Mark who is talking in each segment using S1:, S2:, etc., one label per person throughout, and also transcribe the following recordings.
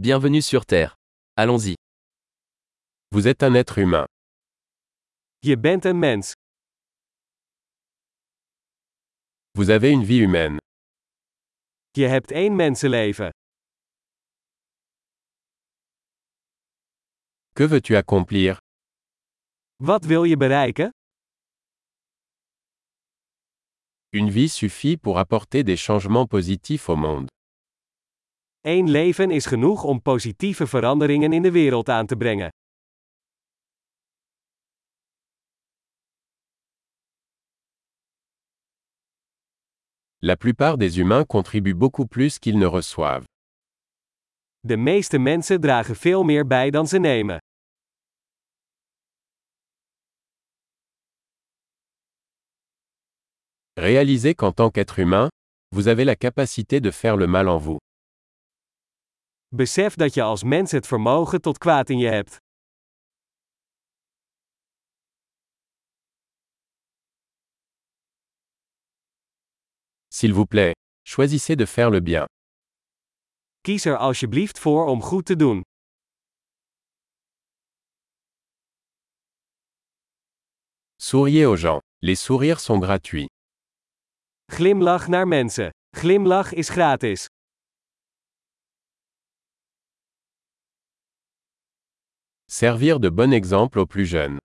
S1: Bienvenue sur Terre. Allons-y.
S2: Vous êtes un être humain.
S3: Je bent een mens.
S2: Vous avez une vie humaine.
S3: Je hebt één mensenleven.
S2: Que veux-tu accomplir
S3: Wat wil je bereiken?
S2: Une vie suffit pour apporter des changements positifs au monde.
S3: Eén leven is genoeg om positieve veranderingen in de wereld aan te brengen.
S2: La plupart des humains contribuent beaucoup plus qu'ils ne reçoivent.
S3: De meeste mensen dragen veel meer bij dan ze nemen.
S2: Réalisez qu'en tant qu'être humain, vous avez la capacité de faire le mal en vous.
S3: Besef dat je als mens het vermogen tot kwaad in je hebt.
S2: S'il vous plaît, choisissez de faire le bien.
S3: Kies er alsjeblieft voor om goed te doen.
S2: Souriez aux gens. Les sourires sont gratuits.
S3: Glimlach naar mensen. Glimlach is gratis.
S2: Servir de bon exemple aux plus jeunes.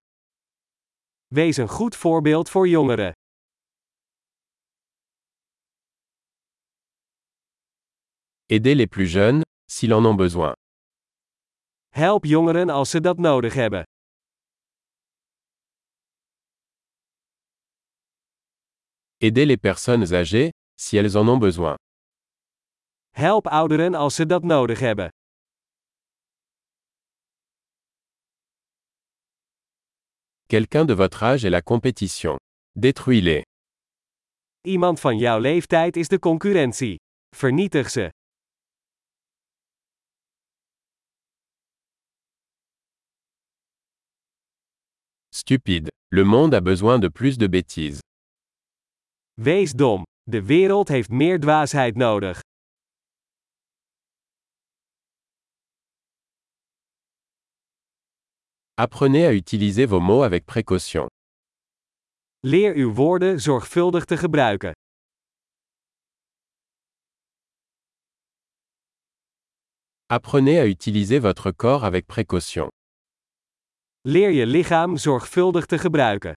S3: Wees een goed voorbeeld voor jongeren.
S2: Aidez les plus jeunes, s'ils en ont besoin.
S3: Help jongeren als ze dat nodig hebben.
S2: Aidez les personnes âgées, si elles en ont besoin.
S3: Help ouderen als ze dat nodig hebben.
S2: Quelqu'un de votre âge est la compétition. Détruis-les.
S3: Iemand van jouw leeftijd is de concurrentie. Vernietig ze.
S2: Stupide. Le monde a besoin de plus de bêtises.
S3: Wees dom. De wereld heeft meer dwaasheid nodig.
S2: Apprenez à utiliser vos mots avec précaution.
S3: Leer uw woorden zorgvuldig te gebruiken.
S2: Apprenez à utiliser votre corps avec précaution.
S3: Leer je lichaam zorgvuldig te gebruiken.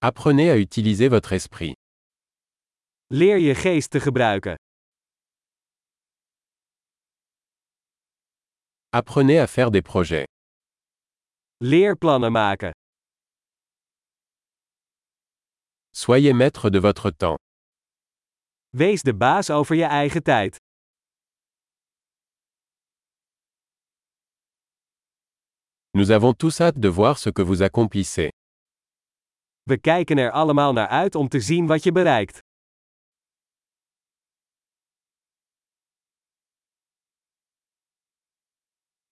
S2: Apprenez à utiliser votre esprit.
S3: Leer je geest te gebruiken.
S2: Apprenez à faire des projets.
S3: Leer plannen maken.
S2: Soyez maître de votre temps.
S3: Wees de baas over je eigen tijd.
S2: Nous avons tous hâte de voir ce que vous accomplissez.
S3: We kijken er allemaal naar uit om te zien wat je bereikt.